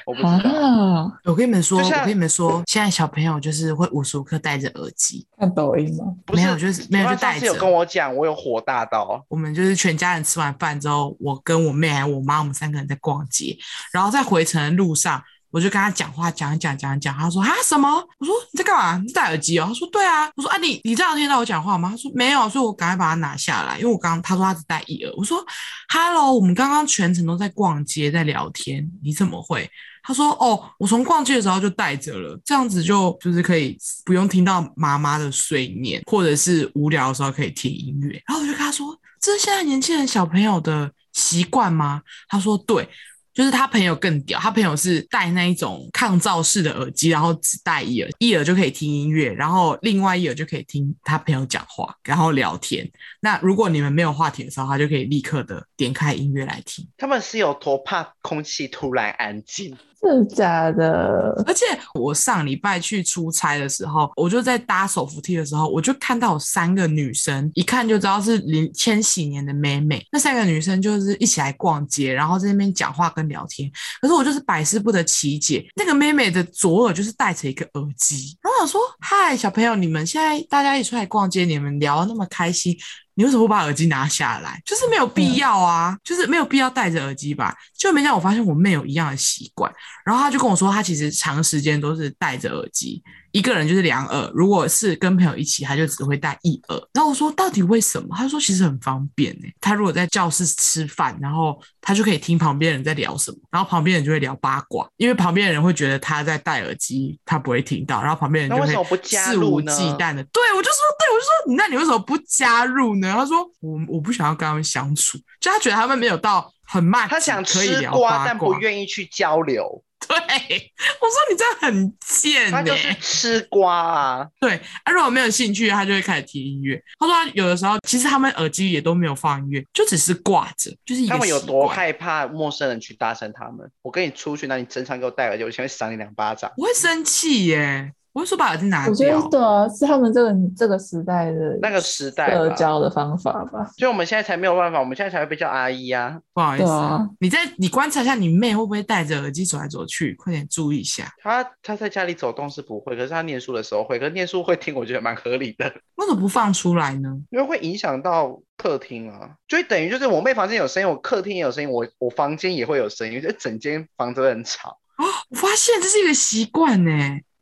B: 我不知道，
C: 啊？
A: 我跟你们说，
B: 就像
A: 我跟你们说，现在小朋友就是会无时无刻戴着耳机，
C: 看抖音吗？
B: 不
A: 没
B: 是
A: 有就是没有
B: 他
A: 就戴
B: 上次有
A: 着。
B: 跟我讲，我有火大到，
A: 我们就是全家人吃完饭之后，我跟我妹还有我妈，我们三个人在逛街，然后在回程的路上，我就跟她讲话，讲一讲讲一讲，她说啊什么？我说你在干嘛？你戴耳机哦？她说对啊。我说啊你你这样听得到我讲话吗？她说没有，所以我赶快把它拿下来，因为我刚她说她只戴一耳。我说 Hello，我们刚刚全程都在逛街在聊天，你怎么会？她说：“哦，我从逛街的时候就戴着了，这样子就就是可以不用听到妈妈的碎念，或者是无聊的时候可以听音乐。”然后我就跟她说：“这是现在年轻人小朋友的习惯吗？”她说：“对。”就是他朋友更屌，他朋友是戴那一种抗噪式的耳机，然后只戴一耳，一耳就可以听音乐，然后另外一耳就可以听他朋友讲话，然后聊天。那如果你们没有话题的时候，他就可以立刻的点开音乐来听。
B: 他们是有多怕空气突然安静？
C: 真的假的？
A: 而且我上礼拜去出差的时候，我就在搭手扶梯的时候，我就看到有三个女生，一看就知道是零千禧年的妹妹。那三个女生就是一起来逛街，然后在那边讲话跟聊天。可是我就是百思不得其解，那个妹妹的左耳就是戴着一个耳机。然后我想说，嗨，小朋友，你们现在大家一起出来逛街，你们聊得那么开心，你为什么不把耳机拿下来？就是没有
B: 嗯
A: 必要啊，就是没有必要戴着耳机吧。就没想到我发现我妹有一样的习惯，然后她就跟我说，她其实长时间都是戴着耳机，一个人就是两耳，如果是跟朋友一起，她就只会戴一耳。然后我说到底为什么？她说其实很方便呢、她如果在教室吃饭，然后她就可以听旁边人在聊什么，然后旁边人就会聊八卦，因为旁边人会觉得她在戴耳机，她不会听到，然后旁边人
B: 那为什
A: 就
B: 么
A: 会
B: 不加
A: 肆无
B: 入
A: 忌
B: 呢
A: 惮的。对我就说，对我就说，那你为什么不加入呢？她说我我不想要跟他们相处，就她觉得他们没有到很慢，
B: 他想
A: 可以
B: 吃
A: 聊
B: 瓜，
A: 八
B: 但不
A: 卦
B: 愿意去交流，
A: 对，我说你这样很贱
B: 他
A: 呢、
B: 就是吃瓜啊。
A: 对，啊，如果没有兴趣，他就会开始听音乐。他说他有的时候，其实他们耳机也都没有放音乐，就只是挂着，就是一个
B: 他们有
A: 习
B: 多
A: 惯？
B: 害怕陌生人去搭讪他们？我跟你出去，那你真常给我戴耳机，我前面赏你两巴掌。
A: 我会生气耶，我会说把耳机拿
C: 我觉得
A: 掉。
C: 对啊，是他们这个这个时代的
B: 那个时代
C: 社
B: 吧
C: 交的方法吧？
B: 所以我们现在才没有办法，我们现在才会被叫阿姨啊。
A: 不好意
C: 对
A: 思，
C: 啊，
A: 你在你观察一下你妹会不会戴着耳机走来走去，快点注意一下。
B: 她她在家里走动是不会，可是她念书的时候会，可是念书会听，我觉得蛮合理的，
A: 为什么不放出来呢？
B: 因为会影响到客厅啊，就等于就是我妹房间有声音，我客厅也有声音，我我房间也会有声音，就整间房子会很吵。
A: 我发现这是一个习惯呢。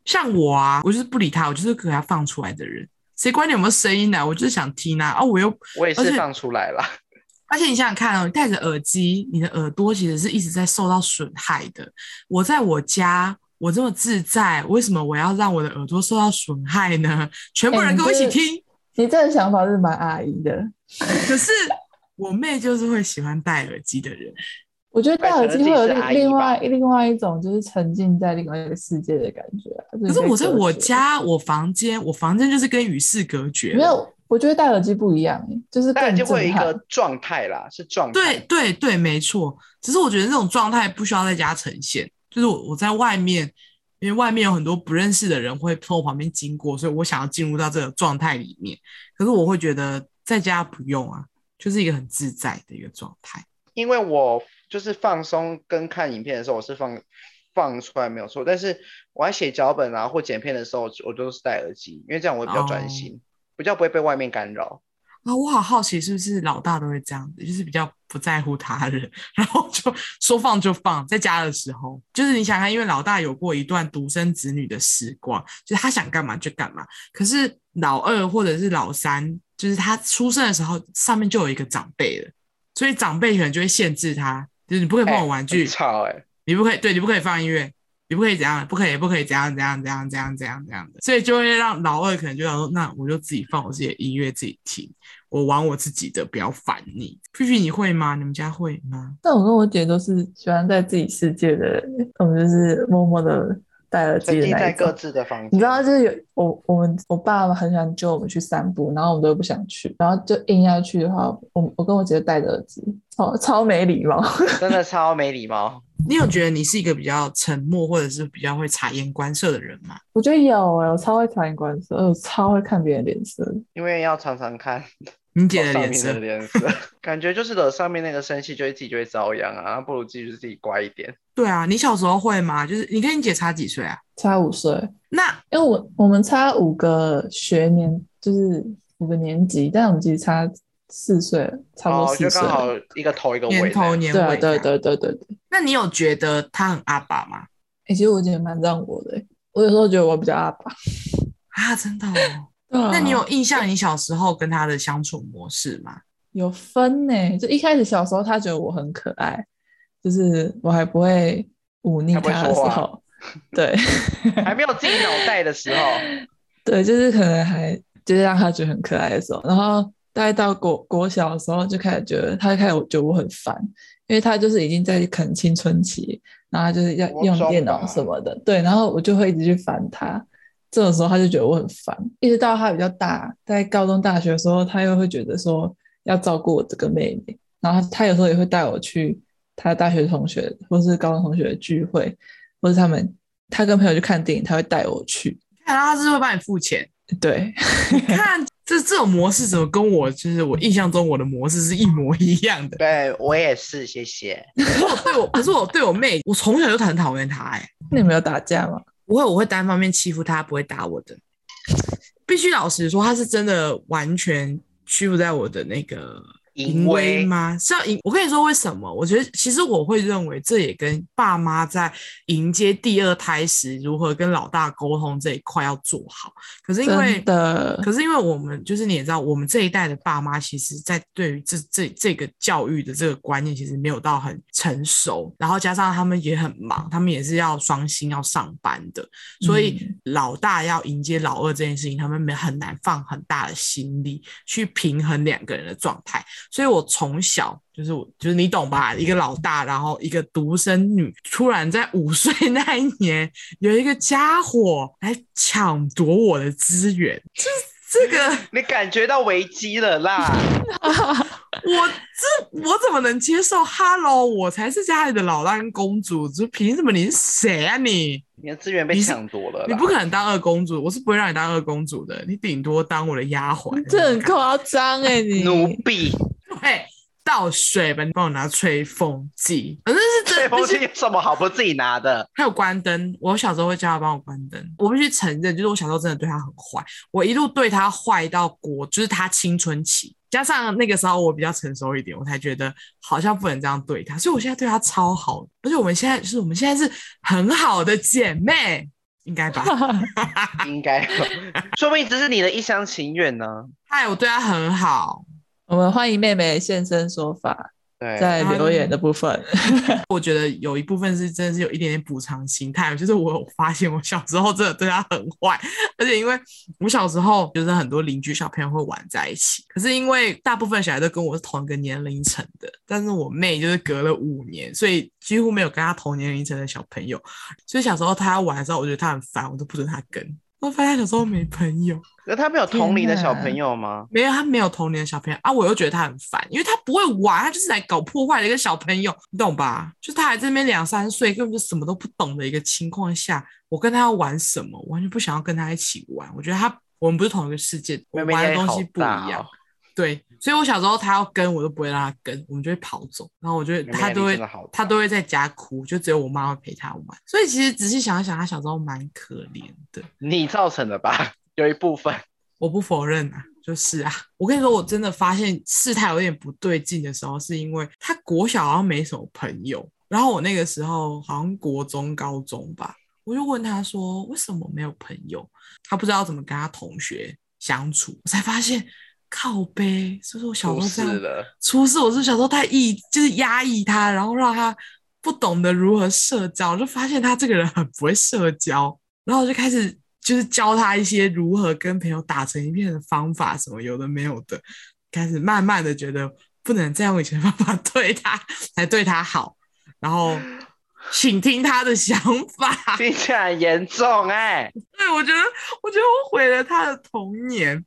A: 像我啊，我就是不理他，我就是给他放出来的人。谁管你有没有声音呢、我就是想听啊。啊，我又
B: 我也
A: 而
B: 是
A: 且
B: 放出来了，
A: 而且你想想看哦，你戴着耳机，你的耳朵其实是一直在受到损害的。我在我家，我这么自在，为什么我要让我的耳朵受到损害呢？全部
C: 哎
A: 人
C: 你
A: 跟我一起
C: 这
A: 听，
C: 你这个想法是蛮阿姨的。
A: 可是我妹就是会喜欢戴耳机的人。
C: 我觉得戴耳机会有
B: 可能自己是阿
C: 另
B: 姨
C: 另
B: 吧
C: 外另外一种，就是沉浸在另外一个世界的感觉啊、就
A: 可是我在我
C: 隔绝
A: 家，我房间，我房间就是跟与世隔绝了。
C: 没有，我觉得戴耳机不一样欸， 就是
B: 当
C: 更
B: 然就会有
C: 震
B: 一
C: 撼。
B: 个状态啦，是状态。
A: 对对对，没错。只是我觉得这种状态不需要在家呈现，就是我我在外面，因为外面有很多不认识的人会从我旁边经过，所以我想要进入到这个状态里面。可是我会觉得在家不用啊，就是一个很自在的一个状态。
B: 因为我就是放松跟看影片的时候，我是放放出来没有错，但是我在写脚本啊或剪片的时候，我都是戴耳机，因为这样我会比较专心
C: 哦
B: 比较不会被外面干扰。
A: 啊，我好好奇，是不是老大都会这样子，就是比较不在乎他人， 然后就说放就放，在家的时候，就是你想看，因为老大有过一段独生子女的时光，就是他想干嘛就干嘛。可是老二或者是老三，就是他出生的时候，上面就有一个长辈了，所以长辈可能就会限制他，就是你不可以碰
B: 哎
A: 我玩具
B: 很，吵哎、
A: 你不可以，对你不可以放音乐，你不可以怎样，不可以，不可以怎样怎样怎样怎样怎样怎样的，所以就会让老二可能就想说，那我就自己放我自己的音乐，自己听，我玩我自己的，不要烦你。菲菲，你会吗？你们家会吗？
C: 但我跟我姐都是喜欢在自己世界的人，我们就是默默的戴耳
B: 沉
C: 机的
B: 浸
C: 那
B: 在
C: 一
B: 各
C: 种。
B: 自的房间。
C: 你知道，就是有我我们我爸爸很喜欢揪我们去散步，然后我们都不想去，然后就硬要去的话，我我跟我姐就戴着耳机，超超没礼貌。
B: 真的超没礼貌。
A: 你有觉得你是一个比较沉默，或者是比较会察言观色的人吗？
C: 我觉得有哎、我超会察言观色，呃我超会看别人脸色。
B: 因为要常常看
A: 你姐
B: 上
A: 的
B: 面
A: 脸
B: 的
A: 色，
B: 脸色，感觉就是惹上面那个生气，就会自己就会遭殃啊，不如自己就自己乖一点。
A: 对啊，你小时候会吗？就是你跟你姐差几岁啊？
C: 差五岁，
A: 那
C: 因为我我们差五个学年，就是五个年级，但我们其实差四岁了，差不
B: 哦
C: 多，
B: 就
C: 四岁
B: 刚
C: 了。
B: 好一个头一个尾那
A: 年
B: 样。
A: 头年
C: 对啊，
A: 尾，
C: 对。对对对对。
A: 那你有觉得他很阿爸吗？
C: 哎、其实我姐蛮让我的欸、我有时候觉得我比较阿爸。
A: 啊，真的 哦。
C: 对啊
A: 那你有印象你小时候跟他的相处模式吗？
C: 有分呢、就一开始小时候她觉得我很可爱，就是我还不会忤逆
B: 还不会
C: 她的时
B: 说话
C: 候，对
B: 还没有自己脑袋的时候，
C: 对，就是可能还就是让她觉得很可爱的时候，然后大概到国国小的时候就开始觉得她就开始觉得我很烦，因为她就是已经在啃青春期，然后她就是要
B: 国
C: 用
B: 中
C: 电脑
B: 吧
C: 什么的，对，然后我就会一直去烦她。这种时候他就觉得我很烦，一直到他比较大，在高中、大学的时候，他又会觉得说要照顾我这个妹妹，然后他有时候也会带我去他大学同学或是高中同学的聚会，或者他们他跟朋友去看电影，他会带我去。
A: 看他是会帮你付钱。
C: 对，
A: 看这这种模式怎么跟我就是我印象中我的模式是一模一样的。
B: 对我也是，谢谢。
A: 可是我对我可是我对我妹，我从小就很讨厌她、欸，哎，
C: 那你们有打架吗？
A: 不会，我会单方面欺负她，不会打我的。必须老实说，她是真的完全屈服在我的那个淫
B: 淫威
A: 威吗？是要淫？我跟你说为什么？我觉得其实我会认为这也跟爸妈在迎接第二胎时如何跟老大沟通这一块要做好。可是因为
C: 真的
A: 可是因为我们就是你也知道，我们这一代的爸妈，其实在对于这这这个教育的这个观念，其实没有到很成熟，然后加上他们也很忙，他们也是要双薪要上班的，所以老大要迎接老二这件事情，他们没很难放很大的心力去平衡两个人的状态。所以我从小就是我就是你懂吧，一个老大，然后一个独生女，突然在五岁 那一年，有一个家伙来抢夺我的资源，这这个
B: 你感觉到危机了啦？
A: 我这我怎么能接受？Hello，我才是家里的老大跟公主，就凭什么你是谁啊你？
B: 你的资源被
A: 你是
B: 抢夺了啦，
A: 你不可能当二公主，我是不会让你当二公主的，你顶多当我的丫鬟。
C: 这很夸张哎， 你
B: 奴婢，
A: 对，倒水吧，你帮我拿吹风机，反正是
B: 吹
A: 这
B: 风机有什么好不自己拿的？
A: 还有关灯，我小时候会叫他帮我关灯。我必须承认，就是我小时候真的对他很坏，我一路对他坏到国，就是他青春期，加上那个时候我比较成熟一点，我才觉得好像不能这样对他，所以我现在对他超好，而且我们现在就是我们现在是很好的姐妹，应该 吧？
B: 应该， 说不定只是你的一厢情愿呢。
A: 嗨，我对他很好，
C: 我们欢迎妹妹现身说法，
B: 对，
C: 在留言的 部分。
A: 我觉得有一部分是真的是有一点点补偿心态，就是我有发现我小时候真的对他很坏，而且因为我小时候就是很多邻居小朋友会玩在一起，可是因为大部分小孩都跟我是同一个年龄层的，但是我妹就是隔了五年，所以几乎没有跟她同年龄层的小朋友，所以小时候她要玩的时候，我觉得她很烦，我都不准她跟。我发现她小时候没朋友，
B: 那他没有同龄的
C: 天
B: 小
C: 哪
B: 朋友吗？
A: 没有她没有同龄的小朋友啊，我又觉得她很烦，因为她不会玩，她就是来搞破坏的一个小朋友，你懂吧？就是她还在那边两三岁，根本就什么都不懂的一个情况下，我跟她要玩什么，我完全不想要跟她一起玩。我觉得她我们不是同一个世界，我
B: 妹
A: 们
B: 妹
A: 玩的
B: 压力
A: 东
B: 好
A: 西不
B: 大
A: 一样
B: 哦。
A: 对，所以我小时候她要跟我都不会让她跟，我们就会跑走，然后我就会
B: 妹妹
A: 她
B: 压
A: 都
B: 力
A: 会
B: 真的好
A: 她
B: 大
A: 都会在家哭，就只有我妈会陪她玩。所以其实仔细想一想，她小时候蛮可怜的。
B: 你造成的吧？有一部分，
A: 我不否认啊，就是啊，我跟你说，我真的发现事态有点不对劲的时候，是因为他国小好像没什么朋友，然后我那个时候好像国中、高中吧，我就问他说为什么没有朋友，他不知道怎么跟他同学相处，我才发现靠背，是不是我小时候
B: 出
A: 这
B: 事
A: 样
B: 了。
A: 出事，我是小时候太抑，就是压抑他，然后让他不懂得如何社交，我就发现他这个人很不会社交，然后我就开始就是教他一些如何跟朋友打成一片的方法，什么有的没有的，开始慢慢的觉得不能再用以前的方法对他才对他好，然后请听他的想法。
B: 听起来很严重哎、
A: 对，我觉得，我觉得我毁了他的童年，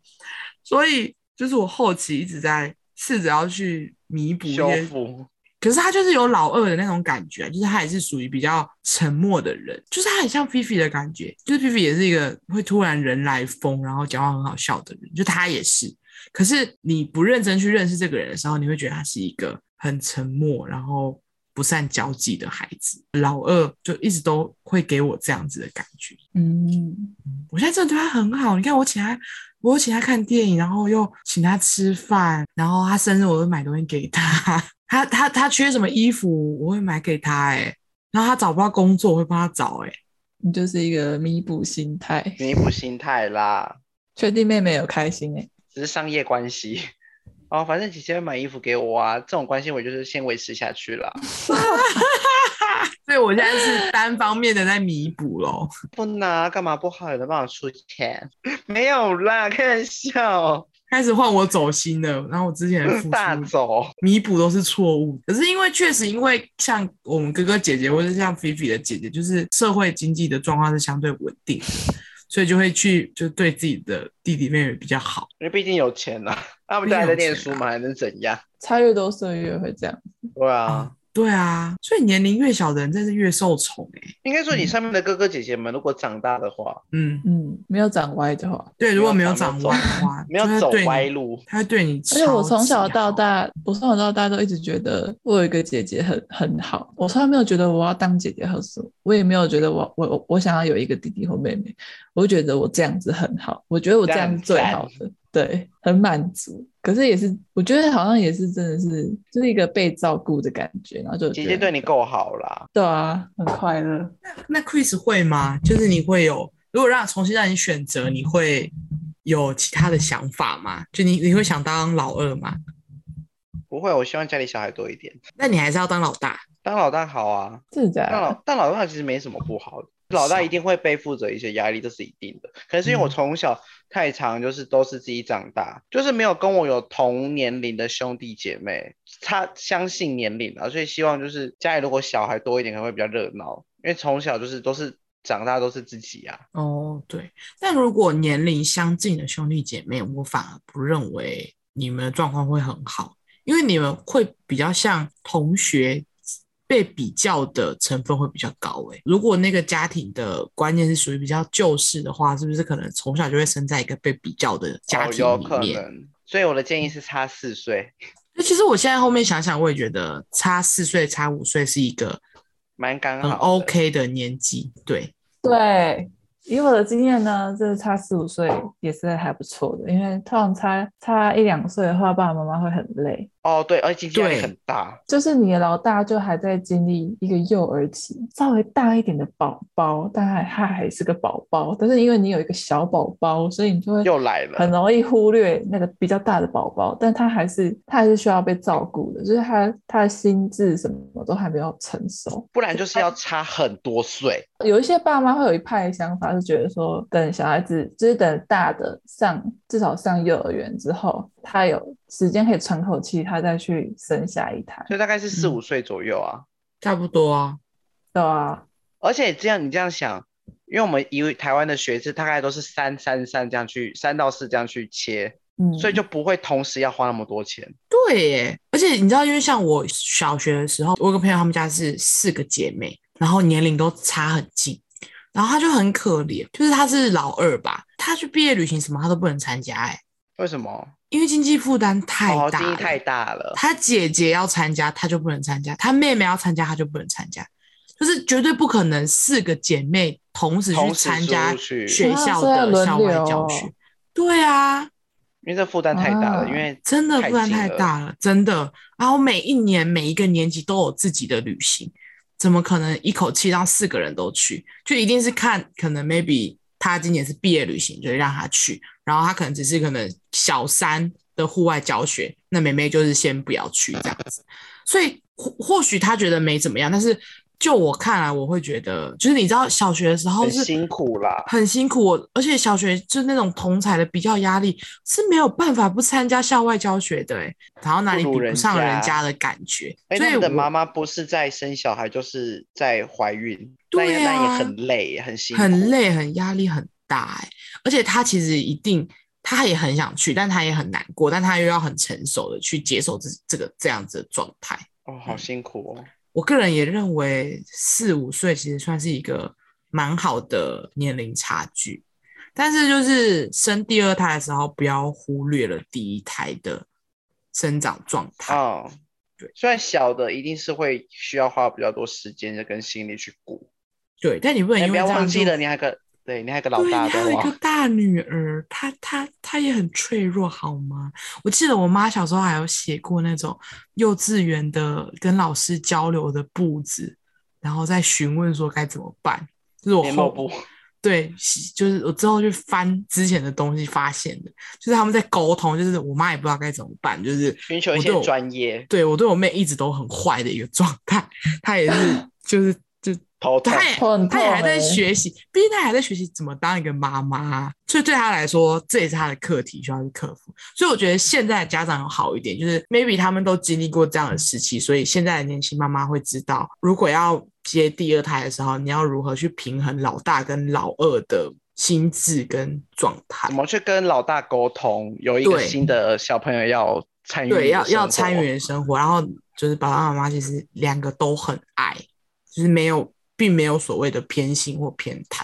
A: 所以就是我后期一直在试着要去弥补一
B: 修
A: 些
B: 复
A: 可是他就是有老二的那种感觉，就是他也是属于比较沉默的人，就是他很像菲菲的感觉，就是菲菲也是一个会突然人来疯，然后讲话很好笑的人，就他也是。可是你不认真去认识这个人的时候，你会觉得他是一个很沉默，然后不善交际的孩子。老二就一直都会给我这样子的感觉。
C: 嗯，
A: 我现在真的对他很好。你看，我请他，我有请他看电影，然后又请他吃饭，然后他生日我会买东西给 他。他他他缺什么衣服，我会买给他、欸。哎，然后他找不到工作，我会帮他找、欸。哎，
C: 你就是一个弥补心态，
B: 弥补心态啦，
C: 确定妹妹有开心哎、
B: 只是商业关系。哦，反正姐姐会买衣服给我啊，这种关系我就是先维持下去啦。
A: 所以我现在是单方面的在弥补喽。
B: 不拿干嘛不好？有人帮我出钱？ 没有啦，开玩 笑，
A: 开始换我走心了，然后我之前的付
B: 大
A: 出
B: 走。
A: 弥补都是错误的。可是因为确实，因为像我们哥哥姐姐或者像菲菲的姐姐，就是社会经济的状况是相对稳定的，所以就会去就对自己的弟弟妹妹比较好。
B: 因为毕竟 有钱啦、他们
A: 毕竟
B: 家还在
A: 有
B: 念
A: 钱
B: 书
A: 啊
B: 嘛，还能怎样？
C: 差越多岁越会这样。
B: 对啊
A: 啊，对啊，所以年龄越小的人真是越受宠哎、
B: 应该说你上面的哥哥姐姐们如果长大的话，
A: 嗯，
C: 嗯，没有长歪的话，
A: 对，如果没有
B: 没有
A: 长
B: 走
A: 歪的话，
B: 没有
A: 就会
B: 走
A: 对你
B: 歪，路。
A: 他会对你超级
C: 而且
A: 好。
C: 我从小到大，我从小到大都一直觉得我有一个姐姐很很好，我从来没有觉得我要当姐姐或什么，我也没有觉得我我我我想要有一个弟弟或妹妹，我就觉得我这样子很好，我觉得我这样是最好的，对，很满足。可是也是，我觉得好像也是真的是就是一个被照顾的感觉，然后就
B: 姐
C: 觉
B: 姐
C: 得
B: 对你够好啦，
C: 对啊，很快乐。
A: 那 Chris 会吗？就是你会有，如果让重新让你选择，你会有其他的想法吗？就你你会想当老二吗？
B: 不会，我希望家里小孩多一点，
A: 那你还是要当老大。
B: 当老大好啊。
C: 真的假
A: 哎
B: 当老
C: 的？
B: 当老大其实没什么不好的，老大一定会背负着一些压力，这是一定的。可能是因为我
A: 啊嗯
B: 从小太长，就是都是自己长大，就是没有跟我有同年龄的兄弟姐妹，他相信年龄啊，所以希望就是家里如果小孩多一点，可能会比较热闹，因为从小就是都是长大都是自己啊。
A: 哦，对。但如果年龄相近的兄弟姐妹，我反而不认为你们的状况会很好，因为你们会比较像同学。被比较的成分会比较高诶、如果那个家庭的观念是属于比较旧式的话，是不是可能从小就会生在一个被比较的家
B: 哦
A: 庭
B: 有
A: 里
B: 可
A: 面？
B: 能。所以我的建议是差四岁，
A: 那其实我现在后面想想，我也觉得差四岁、差五岁是一个
B: 蛮刚
A: 很
B: 好的。
A: OK 的年纪。对，
C: 对，以我的经验呢，就是差四五岁也是还不错的，因为通常差差一两岁的话，爸爸妈妈会很累。
B: 哦，对，而且经济压力
A: 对
B: 很大，
C: 就是你的老大就还在经历一个幼儿期，稍微大一点的宝宝，但还他还是个宝宝，但是因为你有一个小宝宝，所以你就会
B: 又来
C: 很
B: 了。
C: 容易忽略那个比较大的宝宝，但他还是他还是需要被照顾的，就是他他的心智什么都还没有成熟。
B: 不然就是要差很多岁，
C: 有一些爸妈会有一派的想法，是觉得说，等小孩子就是等大的上至少上幼儿园之后，他有时间可以喘口气，他再去生下一胎，
B: 所以大概是四
A: 嗯
B: 五岁左右啊。
A: 差不多啊。
C: 对啊。
B: 而且这样你这样想，因为我们以台湾的学制大概都是三三三这样去，三到四这样去切，
C: 嗯，
B: 所以就不会同时要花那么多钱。
A: 对耶，而且你知道，因为像我小学的时候，我有个朋友他们家是四个姐妹，然后年龄都差很近，然后她就很可怜，就是她是老二吧，她去毕业旅行什么她都不能参加，哎，
B: 为什么？
A: 因为经济负担太
B: 哦，
A: 大
B: 经济
A: 了。
B: 太大了。
A: 他姐姐要参加，他就不能参加；他妹妹要参加，他就不能参加。就是绝对不可能四个姐妹同时去
B: 同时
A: 参加
B: 出去
A: 学校
C: 啊所以要
A: 的校外
C: 轮流
A: 教学。对啊，
B: 因为这负担太大了，
C: 啊
B: 因为
A: 真的负担
B: 近
A: 太
B: 了
A: 大了，真的。然后每一年每一个年级都有自己的旅行，怎么可能一口气让四个人都去？就一定是看可能 maybe 他今年是毕业旅行，就让他去，然后他可能只是可能小三的户外教学，那妹妹就是先不要去这样子。所以或或许他觉得没怎么样，但是就我看来，我会觉得就是你知道小学的时候
B: 很
A: 是
B: 辛苦啦。
A: 很辛苦，我而且小学就是那种同才的比较压力是没有办法不参加校外教学的、欸，然后哪里
B: 不
A: 比
B: 如
A: 不
B: 人
A: 上人
B: 家
A: 家的感觉，
B: 哎，
A: 所
B: 他
A: 以
B: 们的
A: 我
B: 妈妈不是在生小孩，就是在怀孕，那
A: 对
B: 也那
A: 啊
B: 也很累，很辛苦，
A: 很。累，很压力很大、欸，而且他其实一定他也很想去，但他也很难过，但他又要很成熟的去接受这这个这样子的状态。
B: 哦，
A: 嗯
B: 好辛苦哦。
A: 我个人也认为四五岁其实算是一个蛮好的年龄差距，但是就是生第二胎的时候，不要忽略了第一胎的生长状态。
B: 哦，
A: 对，
B: 虽然小的一定是会需要花比较多时间跟心力去顾，
A: 对，但你不能
B: 哎，
A: 因
B: 不
A: 为
B: 要
A: 这样
B: 忘
A: 就
B: 记了，你还有个对，你还有个老
A: 对，
B: 大
A: 你还有
B: 的
A: 一个
B: 话，
A: 大女儿，她她她也很脆弱，好吗？我记得我妈小时候还有写过那种幼稚园的跟老师交流的簿子，然后再询问说该怎么办。就是我
B: 联络
A: 后
B: 部
A: 对，是就是我之后去翻之前的东西，发现的，就是他们在沟通，就是我妈也不知道该怎么办，就是
B: 寻求一
A: 我对
B: 些
A: 我
B: 专业
A: 对我对我妹一直都很坏的一个状态，她也是就是就
B: 头痛
A: 她。也
C: 头很
A: 她也还在
C: 痛欸
A: 学习，毕竟她还在学习怎么当一个妈妈啊，所以对她来说这也是她的课题需要去克服。所以我觉得现在的家长有好一点，就是 maybe 他们都经历过这样的时期，所以现在的年轻妈妈会知道，如果要接第二胎的时候，你要如何去平衡老大跟老二的心智跟状态
B: 怎。么去跟老大沟通？有一个
A: 对
B: 新的小朋友要参与
A: 对，
B: 你的
A: 要要
B: 生
A: 参
B: 活
A: 与你的生活，然后就是爸爸妈妈其实两个都很爱，就是没有，并没有所谓的偏心或偏袒。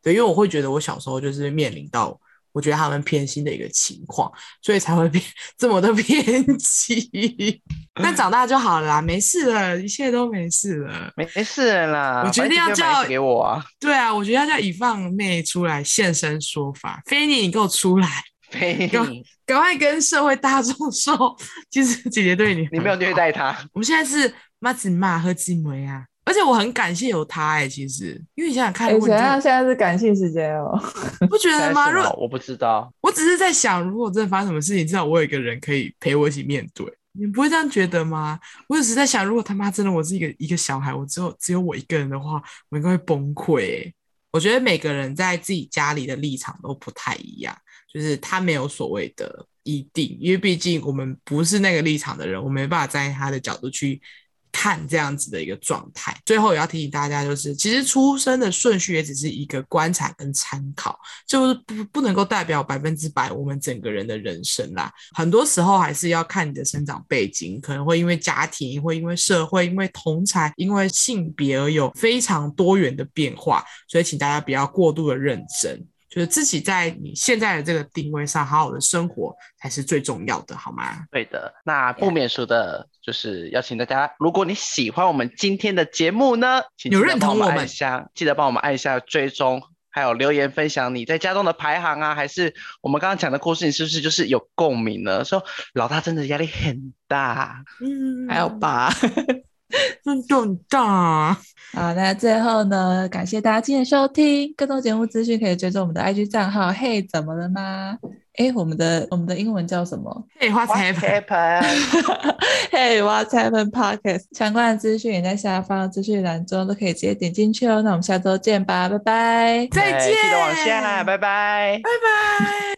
A: 对，因为我会觉得我小时候就是面临到我觉得他们偏心的一个情况，所以才会变 这么的偏激。但长大就好了啦，没事了，一切都没事了。
B: 没事了啦，
A: 我决
B: 反正
A: 定要
B: 你就买一
A: 叫
B: 支给我啊，
A: 对啊，我觉得要叫以放妹出来现身说法，菲尼，你给我出来，
B: 呸！
A: 干赶快跟社会大众说，其实姐姐对你
B: 你没有
A: 很
B: 虐
A: 好
B: 待他，
A: 我们现在是妈子骂和姊妹啊，而且我很感谢有他哎、其实因为你想想看，
C: 哎、
A: 如果
C: 怎
A: 你真
C: 样？
A: 的
C: 现在是感性时间哦。
A: 你不觉
B: 现在
A: 得
B: 是
A: 吗？如
B: 吗
A: 果
B: 我不知道，
A: 我只是在想，如果真的发生什么事情，至少我有一个人可以陪我一起面对。你不会这样觉得吗？我只是在想，如果他妈真的我是一个一个小孩，我只有只有我一个人的话，我应该会崩溃、欸。我觉得每个人在自己家里的立场都不太一样，就是他没有所谓的一定，因为毕竟我们不是那个立场的人，我没办法站在他的角度去看这样子的一个状态。最后也要提醒大家，就是其实出生的顺序也只是一个观察跟参考，就是不不能够代表百分之百我们整个人的人生啦。很多时候还是要看你的生长背景，可能会因为家庭，会因为社会，因为同才，因为性别而有非常多元的变化。所以请大家不要过度的认真，就是自己在你现在的这个定位上好好的生活才是最重要的，好吗？
B: 对的。那不免俗的，就是邀请大家，如果你喜欢我们今天的节目呢，请
A: 有
B: 记得
A: 认
B: 帮
A: 同
B: 我
A: 我
B: 们按
A: 们
B: 下，记得帮我们按一下追踪。还有留言分享你在家中的排行啊，还是我们刚刚讲的故事，你是不是就是有共鸣呢？说老大真的压力很大，
A: 嗯
C: 还有吧。
A: 尊重大，
C: 好，那最后呢，感谢大家今天的收听。更多节目资讯可以追踪我们的 IG 账号。嘿，怎么了吗？哎，我们的我们的英文叫什么？
A: 嘿，花
B: What
A: 财吧，
B: happened？
C: 嘿，What's Happen Podcast 相关的资讯也在下方资讯栏中都可以直接点进去哦。那我们下周见吧，拜拜。
A: 再
B: 哎
A: 见，
B: 记得往下，拜拜。
A: 拜拜。